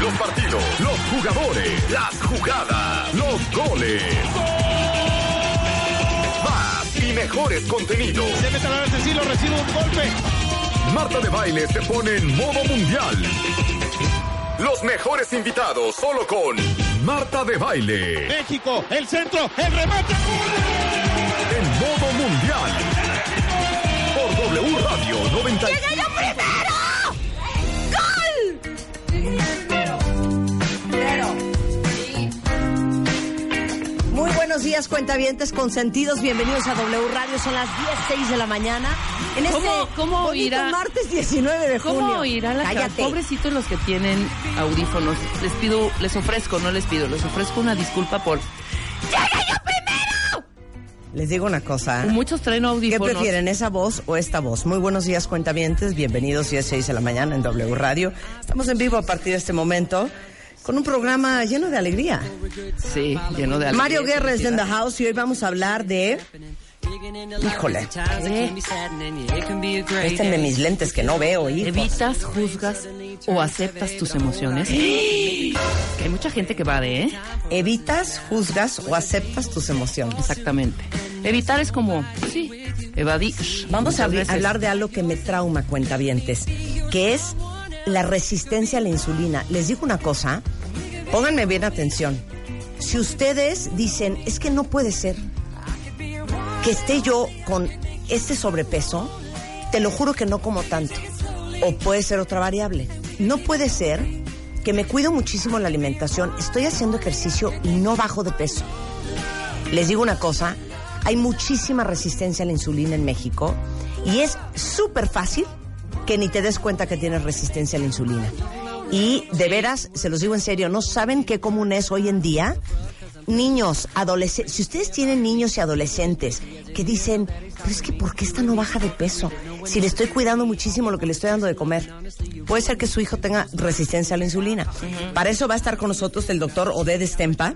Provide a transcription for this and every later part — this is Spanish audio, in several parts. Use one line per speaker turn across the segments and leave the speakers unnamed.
Los partidos, los jugadores, las jugadas, los goles. Más y mejores contenidos.
Se mete a la Cecilio, recibe un golpe.
Marta de Baile se pone en modo mundial. Los mejores invitados solo con Marta de Baile.
México, el centro, el remate.
En modo mundial. Por W Radio 90.
¡Llegué yo primero! ¡Gol!
Muy buenos días, cuentavientes consentidos. Bienvenidos a W Radio. Son las 10.06 de la mañana. En este
¿Cómo- cómo
bonito
oirá-
martes 19 de junio.
¿Cómo irá la cara?
Cállate.
Pobrecitos los que tienen audífonos. Les pido, les ofrezco, no les pido, les ofrezco una disculpa por.
Les digo una cosa. ¿eh?
Muchos traen
¿Qué
audífonos.
prefieren, esa voz o esta voz? Muy buenos días, cuentavientes. Bienvenidos 10.06 de la mañana en W Radio. Estamos en vivo a partir de este momento con un programa lleno de alegría.
Sí, lleno de alegría
Mario
y
Guerra es en The
felicidad.
House y hoy vamos a hablar de... Híjole, ¿Eh? préstenme mis lentes que no veo, hijo.
¿Evitas, juzgas o aceptas tus emociones?
¡Eh!
Que Hay mucha gente que va de, ¿eh?
Evitas, juzgas o aceptas tus emociones.
Exactamente. Evitar es como, sí, evadir.
Vamos a
Muchas
habl-
veces.
hablar de algo que me trauma, cuentavientes, que es la resistencia a la insulina. Les digo una cosa, pónganme bien atención. Si ustedes dicen, es que no puede ser que esté yo con este sobrepeso, te lo juro que no como tanto. O puede ser otra variable. No puede ser que me cuido muchísimo la alimentación, estoy haciendo ejercicio y no bajo de peso. Les digo una cosa, hay muchísima resistencia a la insulina en México y es súper fácil que ni te des cuenta que tienes resistencia a la insulina. Y de veras, se los digo en serio, no saben qué común es hoy en día. Niños, adolescentes, si ustedes tienen niños y adolescentes que dicen, pero es que ¿por qué esta no baja de peso? Si le estoy cuidando muchísimo lo que le estoy dando de comer, puede ser que su hijo tenga resistencia a la insulina. Para eso va a estar con nosotros el doctor Oded Stempa,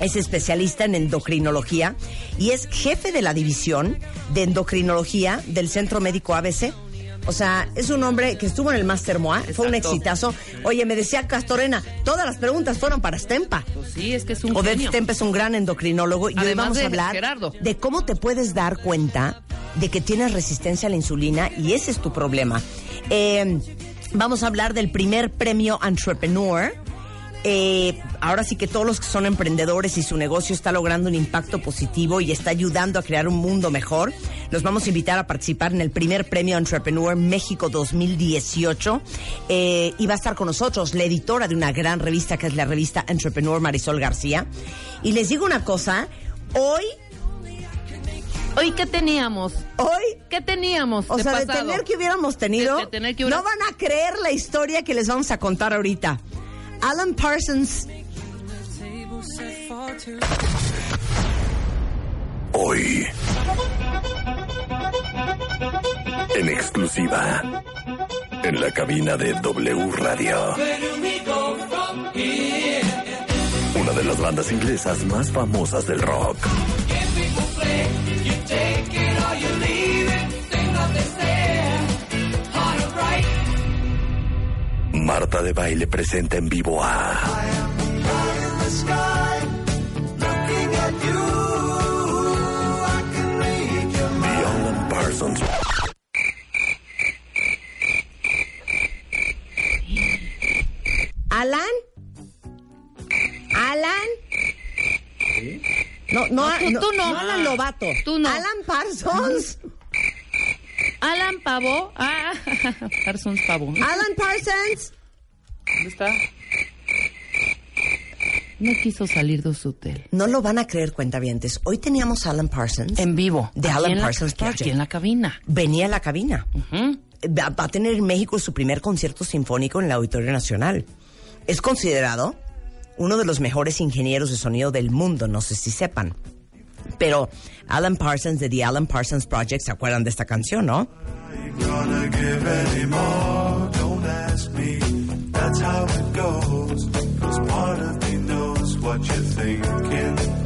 es especialista en endocrinología y es jefe de la división de endocrinología del Centro Médico ABC. O sea, es un hombre que estuvo en el Master MOA, fue un
Exacto.
exitazo. Oye, me decía Castorena, todas las preguntas fueron para Stempa.
Pues sí, es que es un
Odette
genio.
Stempa es un gran endocrinólogo y hoy
Además
vamos a
de
hablar
Gerardo.
de cómo te puedes dar cuenta de que tienes resistencia a la insulina y ese es tu problema. Eh, vamos a hablar del primer premio Entrepreneur. Eh, ahora sí que todos los que son emprendedores y su negocio está logrando un impacto positivo y está ayudando a crear un mundo mejor, los vamos a invitar a participar en el primer premio Entrepreneur México 2018. Eh, y va a estar con nosotros la editora de una gran revista que es la revista Entrepreneur Marisol García. Y les digo una cosa, hoy,
Hoy, ¿qué teníamos?
hoy
¿Qué teníamos?
O
de
sea, de
pasado?
tener que hubiéramos tenido,
De- de tener que hubiera-
no van a creer la historia que les vamos a contar ahorita. Alan Parsons,
Hoy. En exclusiva. En la cabina de W Radio. Una de las bandas inglesas más famosas del rock. Marta de Baile presenta en vivo a The Alan Parsons
Alan, Alan. No, no,
No, tú- tú no.
Alan Lobato.
Tú no.
Alan Parsons.
Alan Pavo. Ah, Parsons Pavo.
Alan Parsons.
¿Dónde está? No quiso salir de su hotel.
No lo van a creer, cuentavientes. Hoy teníamos a Alan Parsons.
En vivo.
De
Aquí
Alan
en la-
Parsons
aquí-
Project.
Aquí en la cabina.
Venía a la cabina. Va, va a tener en México su primer concierto sinfónico en el Auditorio Nacional. Es considerado uno de los mejores ingenieros de sonido del mundo, no sé si sepan. Pero Alan Parsons de The Alan Parsons Project, ¿se acuerdan de esta canción, no?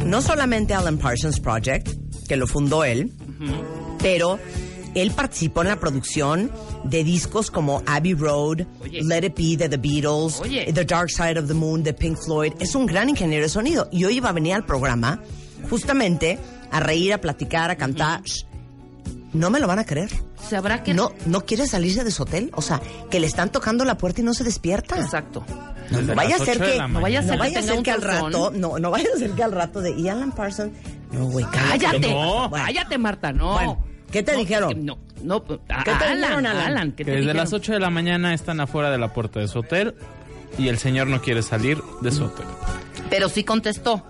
No solamente Alan Parsons Project, que lo fundó él, pero él participó en la producción de discos como Abbey Road,
Oye.
Let It Be de The Beatles,
Oye.
The Dark Side of the Moon de Pink Floyd. Es un gran ingeniero de sonido y hoy iba a venir al programa justamente a reír, a platicar, a cantar. Shh. No me lo van a creer.
Sabrá que
No, no quiere salirse de su hotel. O sea, que le están tocando la puerta y no se despierta.
Exacto.
No, no vaya a ser que,
No vaya a ser
no
que
vaya a
tenga
ser
un
que al
calzón.
rato, no, no vaya a ser que al rato de y Alan Parsons. No, güey, cállate.
Cállate,
No.
cállate, Marta, no.
Ah, Bueno, ¿qué te
No,
dijeron?
es que No, no, pues, a-
¿Qué te
Alan,
dijeron, Alan?
Alan, ¿qué
Que
te
desde
dijeron?
las 8 de la mañana están afuera de la puerta de su hotel y el señor no quiere salir de su hotel.
Pero sí contestó.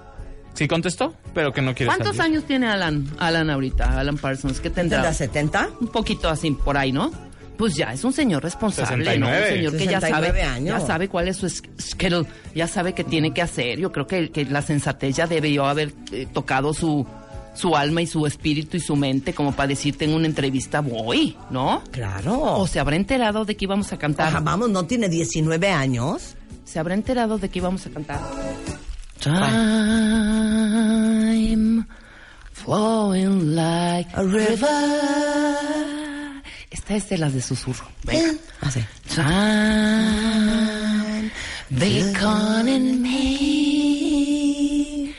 Sí contestó, pero que no quiere
¿Cuántos
salir.
años tiene Alan? Alan ahorita, Alan Parsons, ¿qué tendrá?
¿Tendrá 70?
un poquito así por ahí, ¿no? Pues ya es un señor responsable, ¿no? Un
69.
señor que ya
69
sabe,
años.
ya sabe cuál es su es- schedule, ya sabe qué tiene que hacer. Yo creo que, que la sensatez ya debió haber eh, tocado su su alma y su espíritu y su mente como para decirte en una entrevista voy, ¿no?
Claro.
O se habrá enterado de que íbamos a cantar.
Ajá, vamos, no tiene 19 años.
¿Se habrá enterado de que íbamos a cantar? Time flowing like
A river.
Esta es de las de susurro. Eh.
Venga. Así.
Time they calling me.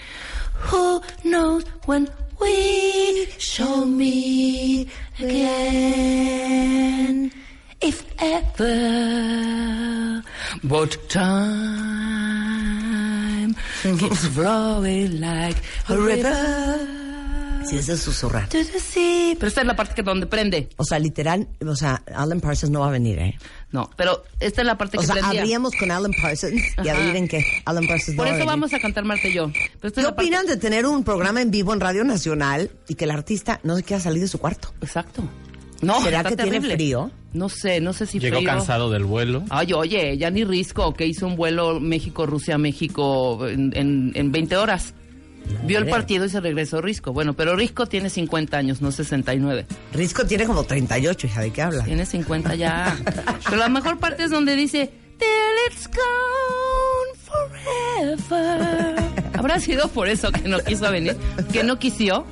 Who knows when we show me again, if ever. But time
Mm-hmm.
keeps flowing like a river.
Sí, ese es susurrar.
To the sea. Pero esta es la parte que donde prende.
O sea, literal, o sea, Alan Parsons no va a venir, ¿eh?
No, pero esta es la parte
O
que
sea,
prendía.
habríamos con Alan Parsons y
Ajá.
adivinen que Alan Parsons no
Por
va
eso
a venir.
vamos a cantar Marta y yo. Pero esta
¿Qué
es la parte-
opinan de tener un programa en vivo en Radio Nacional y que el artista no se quiera salir de su cuarto?
Exacto. No,
¿Será
está
que tiene
terrible.
frío?
No sé, no sé si
Llegó
frío.
cansado del vuelo.
Ay, oye, Yanni Risco, que hizo un vuelo México-Rusia-México en, en, en 20 horas. Vio el
Madre.
partido y se regresó Risco. Bueno, pero Risco tiene 50 años, no 69.
Risco tiene como 38, hija, ¿de qué habla?
Tiene 50 ya. Pero la mejor parte es donde dice, Till it's gone forever. ¿Habrá sido por eso que no quiso venir? ¿Que no quisió?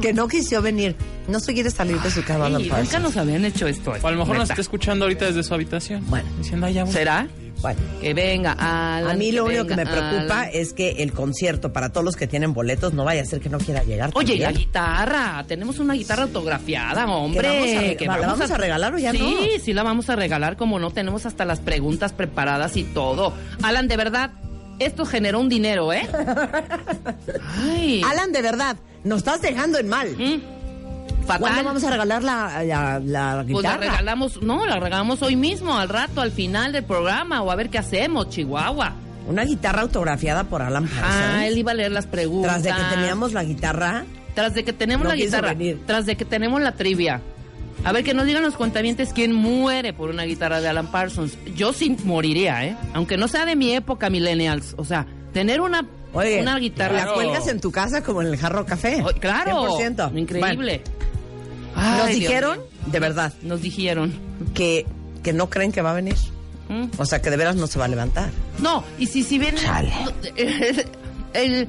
Que no quiso venir. No se quiere salir de su cama, Alan
Ay,
Parsons.
nunca nos habían hecho esto.
O a lo mejor nos
neta.
está escuchando ahorita desde su habitación.
Bueno.
Diciendo, ay, ya voy".
¿Será?
Bueno.
Que venga Alan.
A mí lo único que me
venga
preocupa
Alan.
es que el concierto para todos los que tienen boletos no vaya a ser que no quiera llegar.
Oye, y la
también.
guitarra. Tenemos una guitarra autografiada, hombre.
vamos a re- ¿la vamos a regalar o ya
sí,
no?
Sí, la vamos a regalar, como no. Tenemos hasta las preguntas preparadas y todo. Alan, de verdad, esto generó un dinero, ¿eh? Ay.
Alan, de verdad, nos estás dejando en mal.
mm,
¿Cuándo
fatal.
vamos a regalar la, la- la
Pues la
guitarra?
regalamos, no, la regalamos hoy mismo, al rato, al final del programa, o a ver qué hacemos, Chihuahua.
Una guitarra autografiada por Alan
Ah, él
Parsons.
iba a leer las
Tras
preguntas.
de que teníamos la guitarra,
Tras de que tenemos
No
la
quiso
guitarra,
venir.
tras de que tenemos la trivia. A ver, que nos digan los cuentavientes quién muere por una guitarra de Alan Parsons. Yo sí moriría, ¿eh? Aunque no sea de mi época, millennials. O sea, tener una,
oye,
una guitarra...
la cuelgas en tu casa como en el jarro café.
Oh, claro.
100%.
Increíble.
Bueno,
Ay,
nos
Dios
dijeron,
mío.
de verdad,
Nos dijeron.
que, que no creen que va a venir.
Mm.
O sea, que de veras no se va a levantar.
No, y si, si bien el-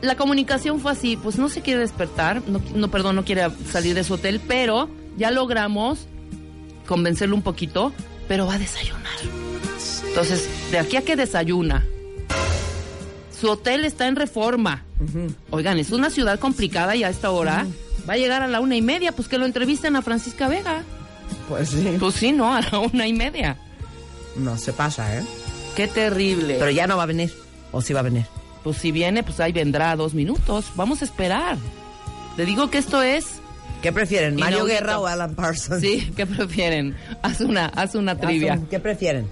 la comunicación fue así, pues no se quiere despertar, no, no, perdón, no quiere salir de su hotel, pero ya logramos convencerlo un poquito, pero va a desayunar. Entonces, de aquí a que desayuna, su hotel está en reforma. Oigan, es una ciudad complicada y a esta hora va a llegar a la una y media, pues que lo entrevisten a Francisca Vega.
Pues sí.
Pues sí, ¿no? A la una y media.
No se pasa, ¿eh?
Qué terrible.
Pero ya no va a venir. O sí va a venir.
Pues si viene, pues ahí vendrá dos minutos. Vamos a esperar. Te digo que esto es.
¿Qué prefieren, Mario
Inaudito.
Guerra o Alan Parsons?
Sí, ¿qué prefieren? Haz una, haz una
Haz un-
trivia.
¿Qué prefieren?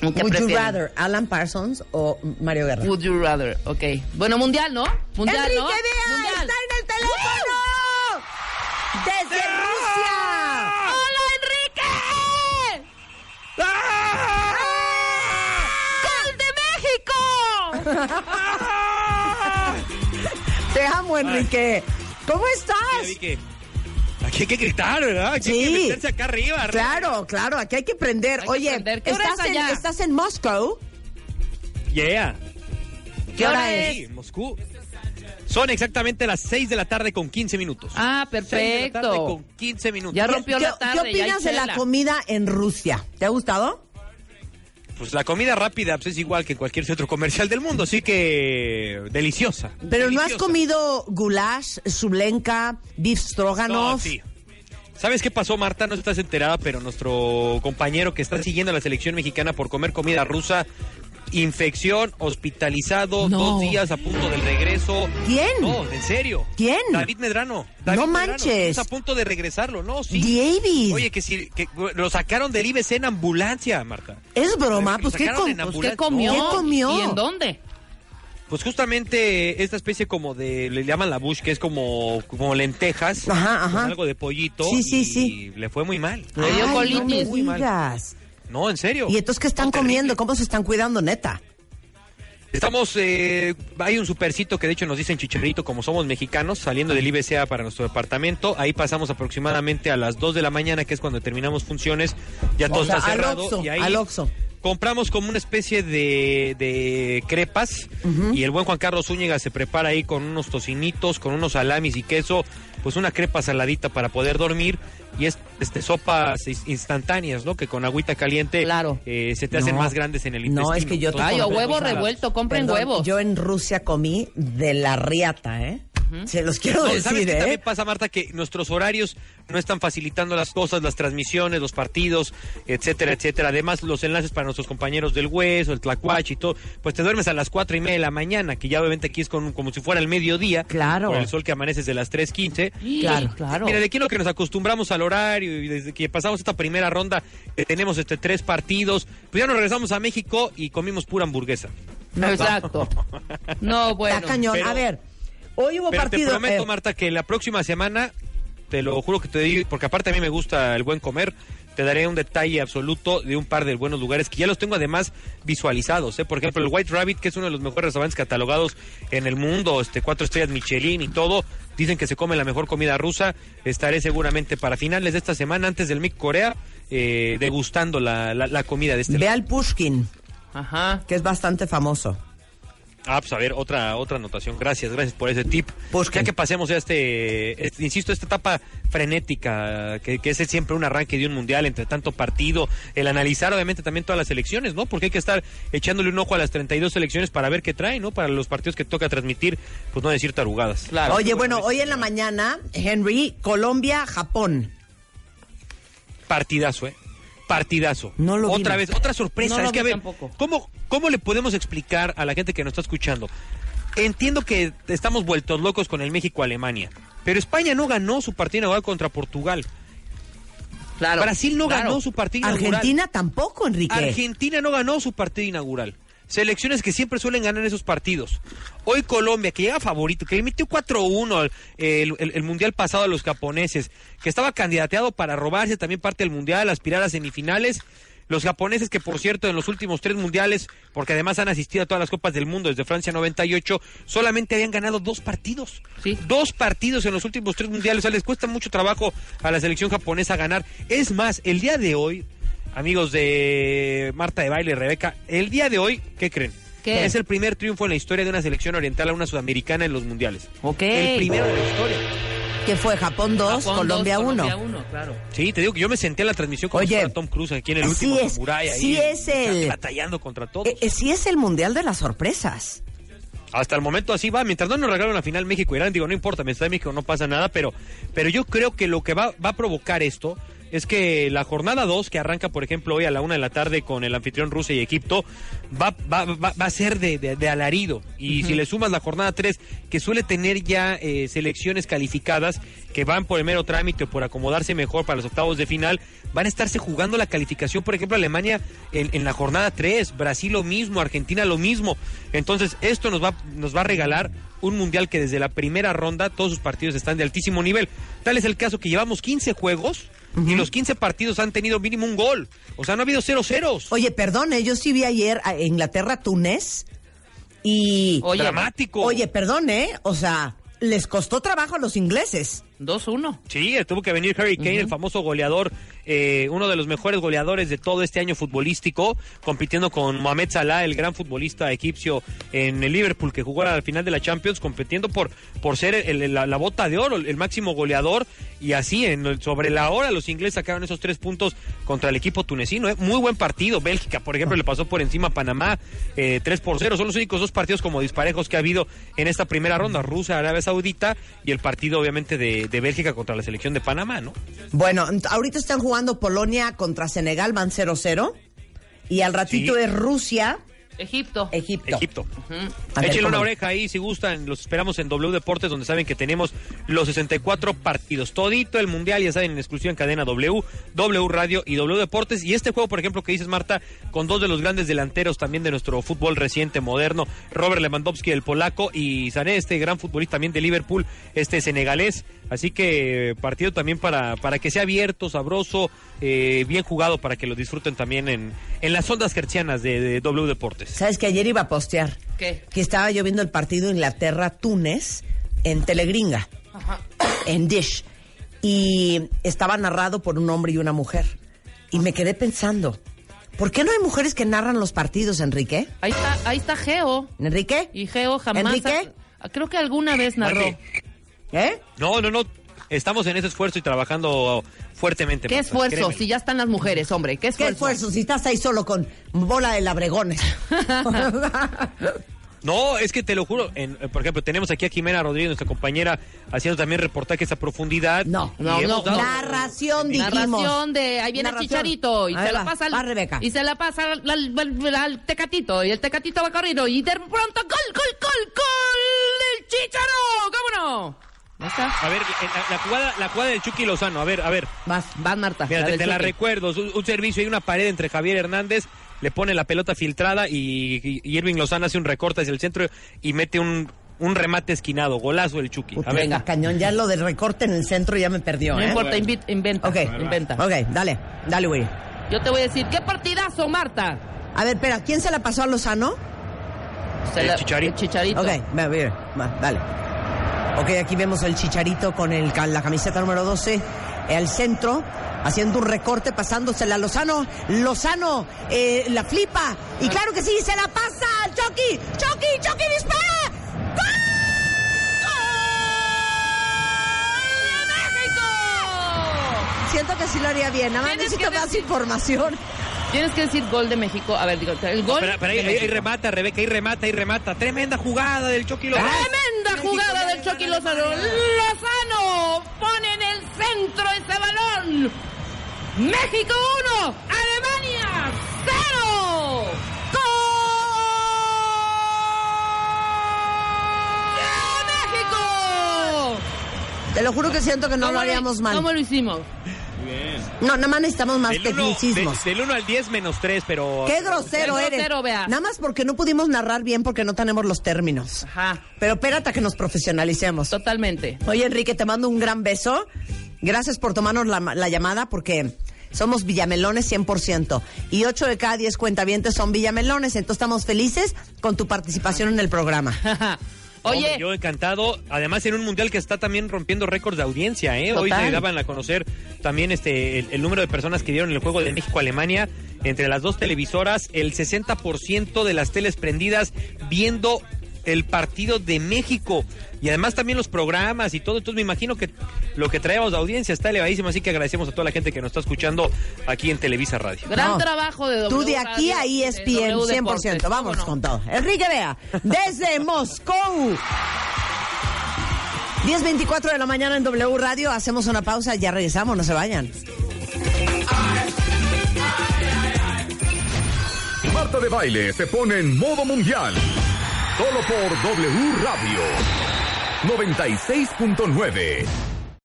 ¿Qué
Would you
prefieren?
rather Alan Parsons o Mario Guerra?
Would you rather? Ok. Bueno, mundial, ¿no? Mundial,
Enrique
¿no?
Vea
mundial.
está en el teléfono desde Rusia.
¡Hola, Enrique! ¡Gol de
Te amo, Enrique. ¿Cómo
Ya vi
estás?
que- Aquí hay que gritar, ¿verdad? Aquí hay que
Sí.
meterse acá arriba. arriba.
Claro, claro, aquí hay que prender.
Hay que
Oye,
prender. ¿Qué hora
¿estás,
es
en,
allá?
¿estás en Moscú?
Yeah.
¿Qué hora es?
Sí, Moscú. Son exactamente las 6 de la tarde con 15 minutos.
Ah,
Seis de la tarde
perfecto.
con 15 minutos.
Ya
¿Qué-
rompió
qué-
la tarde.
¿Qué
ya hay
opinas de la
chela.
comida en Rusia? ¿Te ha gustado?
Pues la comida rápida pues, es igual que en cualquier centro comercial del mundo, así que deliciosa.
Pero no has
Mm, Deliciosa.
comido goulash, sublenka, beef
No,
stroganoff.
sí. ¿Sabes qué pasó, Marta? No estás enterada, pero nuestro compañero que está siguiendo a la selección mexicana por comer comida rusa, infección, hospitalizado,
No.
dos días a punto del regreso.
¿Quién?
No, en serio.
¿Quién?
David Medrano. David
No
Medrano,
manches.
estamos a punto de regresarlo, ¿no? Sí.
David.
Oye, que si que lo sacaron del IBC en ambulancia, Marta.
Es broma,
Lo
pues qué
sacaron
com-
en
Pues,
ambulancia.
¿qué comió?
¿Qué comió?
¿Y en dónde?
Pues justamente esta especie como de, le llaman la bush, que es como, como lentejas,
Ajá,
con
ajá.
algo de pollito.
Sí, sí,
y
sí.
le fue muy mal.
Le dio
Ay, no me
colitis.
Muy mal.
digas.
No, en serio.
¿Y entonces qué están
No, terrible.
comiendo? ¿Cómo se están cuidando, neta?
Estamos, eh, hay un supercito que de hecho nos dicen chicharrito, como somos mexicanos, saliendo del IBCA para nuestro departamento. Ahí pasamos aproximadamente a las 2 de la mañana, que es cuando terminamos funciones. Ya todo
O sea,
está
al
cerrado.
Oxxo,
y ahí
al Oxxo.
Compramos como una especie de, de crepas. Y el buen Juan Carlos Zúñiga se prepara ahí con unos tocinitos, con unos salamis y queso. Pues una crepa saladita para poder dormir. Y es este, sopas is- instantáneas, ¿no? Que con agüita caliente
Claro.
eh, se te hacen
No.
más grandes en el
No,
intestino.
es que yo te
Entonces,
Ay, o
compramos
huevo
saladas.
revuelto, compren
Perdón,
huevos.
Yo en Rusia comí de la riata, ¿eh? Se los quiero
No, ¿sabes
decir,
qué
¿eh?
también pasa, Marta? Que nuestros horarios no están facilitando las cosas, las transmisiones, los partidos, etcétera, etcétera. Además, los enlaces para nuestros compañeros del hueso, el tlacuache y todo, pues te duermes a las cuatro y media de la mañana, que ya obviamente aquí es con- como si fuera el mediodía.
Claro.
Por el sol que amaneces de las 3.15.
Claro, claro.
Mira, de aquí lo que nos acostumbramos al horario y desde que pasamos esta primera ronda, que tenemos este tres partidos, pues ya nos regresamos a México y comimos pura hamburguesa.
No, exacto. No, bueno.
Está cañón.
pero-
a ver, hoy hubo
Pero
partido.
te prometo,
eh,
Marta, que la próxima semana, te lo juro que te digo, porque aparte a mí me gusta el buen comer, te daré un detalle absoluto de un par de buenos lugares que ya los tengo además visualizados. ¿eh? Por ejemplo, el White Rabbit, que es uno de los mejores restaurantes catalogados en el mundo, este cuatro estrellas Michelin y todo. Dicen que se come la mejor comida rusa. Estaré seguramente para finales de esta semana, antes del MIC Corea, eh, degustando la, la- la comida de este
Ve
lado.
al Pushkin,
Ajá.
que es bastante famoso.
Ah, pues a ver, otra, otra anotación. Gracias, gracias por ese tip.
Pues, ¿qué?
ya que pasemos a este, este- insisto, esta etapa frenética, que, que es siempre un arranque de un mundial entre tanto partido, el analizar obviamente también todas las elecciones, ¿no? Porque hay que estar echándole un ojo a las 32 elecciones para ver qué trae, ¿no? Para los partidos que toca transmitir, pues no decir tarugadas.
Claro.
Oye, bueno, hoy en la mañana, Henry, Colombia, Japón.
Partidazo, ¿eh? Partidazo.
No lo vi,
Otra
no.
vez, otra sorpresa.
No lo
es que, a
vi
ver,
tampoco.
¿cómo, ¿cómo le podemos explicar a la gente que nos está escuchando? Entiendo que estamos vueltos locos con el México-Alemania, pero España no ganó su partido inaugural contra Portugal.
claro.
Brasil no
Claro.
ganó su partido inaugural.
Argentina tampoco, Enrique.
Argentina no ganó su partido inaugural. Selecciones que siempre suelen ganar esos partidos. Hoy Colombia, que llega favorito, que le metió 4-1 al- el, el- el mundial pasado a los japoneses, que estaba candidateado para robarse también parte del mundial, aspirar a semifinales. Los japoneses que, por cierto, en los últimos tres mundiales, porque además han asistido a todas las copas del mundo desde Francia 98, solamente habían ganado dos partidos.
Sí.
Dos partidos en los últimos tres mundiales. O sea, les cuesta mucho trabajo a la selección japonesa ganar. Es más, el día de hoy, amigos de Marta de Baile y Rebeca, el día de hoy, ¿qué creen?
¿Qué?
Es el primer triunfo en la historia de una selección oriental a una sudamericana en los mundiales.
Ok.
El primero de la historia.
Que fue Japón 2,
Japón
Colombia
dos,
1.
Colombia uno, claro.
Sí, te digo que yo me senté en la transmisión con
Oye,
Tom Cruise aquí en el
sí
último
es,
Samurai, ahí,
sí es el-
batallando contra todos.
Eh, eh, sí es el mundial de las sorpresas.
Hasta el momento así va. Mientras no nos regalen la final México-Irán, digo, no importa, mientras en México no pasa nada, pero, pero yo creo que lo que va, va a provocar esto es que la jornada 2, que arranca, por ejemplo, hoy a la una de la tarde con el anfitrión Rusia y Egipto, va, va, va, va a ser de, de- de alarido. Y si le sumas la jornada 3, que suele tener ya eh, selecciones calificadas que van por el mero trámite o por acomodarse mejor para los octavos de final, van a estarse jugando la calificación, por ejemplo, Alemania en, en la jornada 3, Brasil lo mismo, Argentina lo mismo. Entonces, esto nos va, nos va a regalar un mundial que desde la primera ronda todos sus partidos están de altísimo nivel. Tal es el caso que llevamos 15 juegos y los 15 partidos han tenido mínimo un gol. O sea, no ha habido 0-0.
Oye, perdón, eh, yo sí vi ayer a Inglaterra-Túnez Y.
Oye,
Dramático.
Oye, perdón, ¿eh? O sea, les costó trabajo a los ingleses.
2-1.
Sí, tuvo que venir Harry Kane, el famoso goleador, eh, uno de los mejores goleadores de todo este año futbolístico, compitiendo con Mohamed Salah, el gran futbolista egipcio en el Liverpool, que jugó a la final de la Champions, compitiendo por, por ser el- el- la, la bota de oro, el máximo goleador, y así, en el- sobre la hora, los ingleses sacaron esos tres puntos contra el equipo tunecino. ¿eh? Muy buen partido. Bélgica, por ejemplo, le pasó por encima a Panamá eh, 3 por 0. Son los únicos dos partidos como disparejos que ha habido en esta primera ronda. Rusia, Arabia Saudita y el partido, obviamente, de, de Bélgica contra la selección de Panamá, ¿no?
Bueno, ent- ahorita están jugando Polonia contra Senegal, van 0-0. Y al ratito
Sí.
es Rusia,
Egipto.
Egipto.
Egipto.
A ver,
Échenle una
¿cómo?
oreja ahí si gustan. Los esperamos en W Deportes, donde saben que tenemos los 64 partidos. Todito el mundial, ya saben, en exclusiva en cadena W, W Radio y W Deportes. Y este juego, por ejemplo, que dices, Marta, con dos de los grandes delanteros también de nuestro fútbol reciente, moderno, Robert Lewandowski, el polaco, y Sané, este gran futbolista también de Liverpool, este senegalés. Así que partido también para, para que sea abierto, sabroso, eh, bien jugado, para que lo disfruten también en, en las ondas hercianas de, de W Deportes.
¿Sabes que ayer iba a postear?
¿Qué?
Que estaba yo viendo el partido Inglaterra-Túnez en Telegringa,
Ajá.
en Dish. Y estaba narrado por un hombre y una mujer. Y me quedé pensando, ¿por qué no hay mujeres que narran los partidos, Enrique?
Ahí está, ahí está Geo.
¿Enrique?
Y Geo jamás.
¿Enrique?
Ah, Creo que alguna vez narró.
Mande.
¿Eh?
No, no, no. Estamos en ese esfuerzo y trabajando fuertemente.
¿Qué
Marta,
esfuerzo?
créeme.
Si ya están las mujeres, hombre. ¿Qué
¿Qué
esfuerzo?
esfuerzo si estás ahí solo con bola de labregones?
No, es que te lo juro. en- eh, por ejemplo, tenemos aquí a Jimena Rodríguez, nuestra compañera, haciendo también reportajes a profundidad.
No,
Y
no,
hemos
no,
dado-
Narración, dijimos.
Narración de ahí viene
Narración.
Chicharito y
Ahí
se
va,
la pasa al,
va Rebeca.
y se la pasa al, al- al- al Tecatito y el Tecatito va corriendo y de pronto gol gol gol gol del Chicharo, ¿cómo no? Ya está.
A ver, en la, la jugada, la jugada del Chucky Lozano. A ver, a ver.
Vas, vas Marta.
Mira,
la
te,
del
te la
Chucky.
recuerdo. Un, un servicio y una pared entre Javier Hernández. Le pone la pelota filtrada y, y- y Irving Lozano hace un recorte hacia el centro y mete un, un remate esquinado. Golazo del Chucky.
Puta,
A ver.
venga, cañón, ya lo de recorte en el centro ya me perdió,
No
¿eh?
importa, invi- inventa,
Ok,
inventa.
ok, dale, dale, güey.
Yo te voy a decir, ¿qué partidazo, Marta?
A ver, espera, ¿quién se la pasó a Lozano?
Se
El
la-
Chichari.
el Chicharito.
Ok, va, bien, va, dale. Ok, aquí vemos el chicharito con el, ca- la camiseta número 12 al centro, haciendo un recorte, pasándosela a Lozano. Lozano eh, la flipa. Y claro que sí, se la pasa al Chucky. Chucky, Chucky dispara.
¡De México!
Siento que sí lo haría bien, nada más
Tienes
necesito
que
más
decir-
información.
Tienes que decir gol de México. A ver, digo, el gol.
Pero, pero ahí,
de
ahí- ahí
México.
remata, Rebeca, ahí remata, ahí remata. Tremenda jugada del Chucky Lozano.
Tremenda
México
jugada
ya
del
le
Chucky
gana
Lozano. Lozano pone en el centro ese balón. México 1, Alemania 0. ¡Gol de México!
Te lo juro que siento que no
¿Cómo
lo haríamos mal.
¿Cómo lo hicimos?
No, nada más necesitamos más
Del uno-
tecnicismos.
de- Del 1 al 10 menos 3, pero...
Qué grosero
Qué
eres.
grosero, vea.
Nada más porque no pudimos narrar bien porque no tenemos los términos.
Ajá,
Pero espérate a que nos profesionalicemos.
totalmente.
Oye, Enrique, te mando un gran beso. Gracias por tomarnos la, la llamada porque somos villamelones 100%. Y 8 de cada 10 cuentavientes son villamelones. Entonces estamos felices con tu participación en el programa.
Oye,
Hombre, yo encantado. Además, en un mundial que está también rompiendo récords de audiencia, ¿eh? Hoy
Total.
se daban a conocer también este el, el número de personas que vieron el juego de México-Alemania. Entre las dos televisoras, el 60% de las teles prendidas viendo el partido de México. Y además también los programas y todo. Entonces me imagino que lo que traemos de audiencia está elevadísimo. Así que agradecemos a toda la gente que nos está escuchando aquí en Televisa Radio.
gran
No.
trabajo de
Tú
W
de aquí
Radio,
a E
de
ESPN 100%.
W Deportes, ¿cómo
Vamos
no?
con todo. Enrique Vea, desde Moscú. 10.24 de la mañana en W Radio. Hacemos una pausa, ya regresamos, no se vayan.
Marta de Baile se pone en modo mundial. Solo por W Radio 96.9.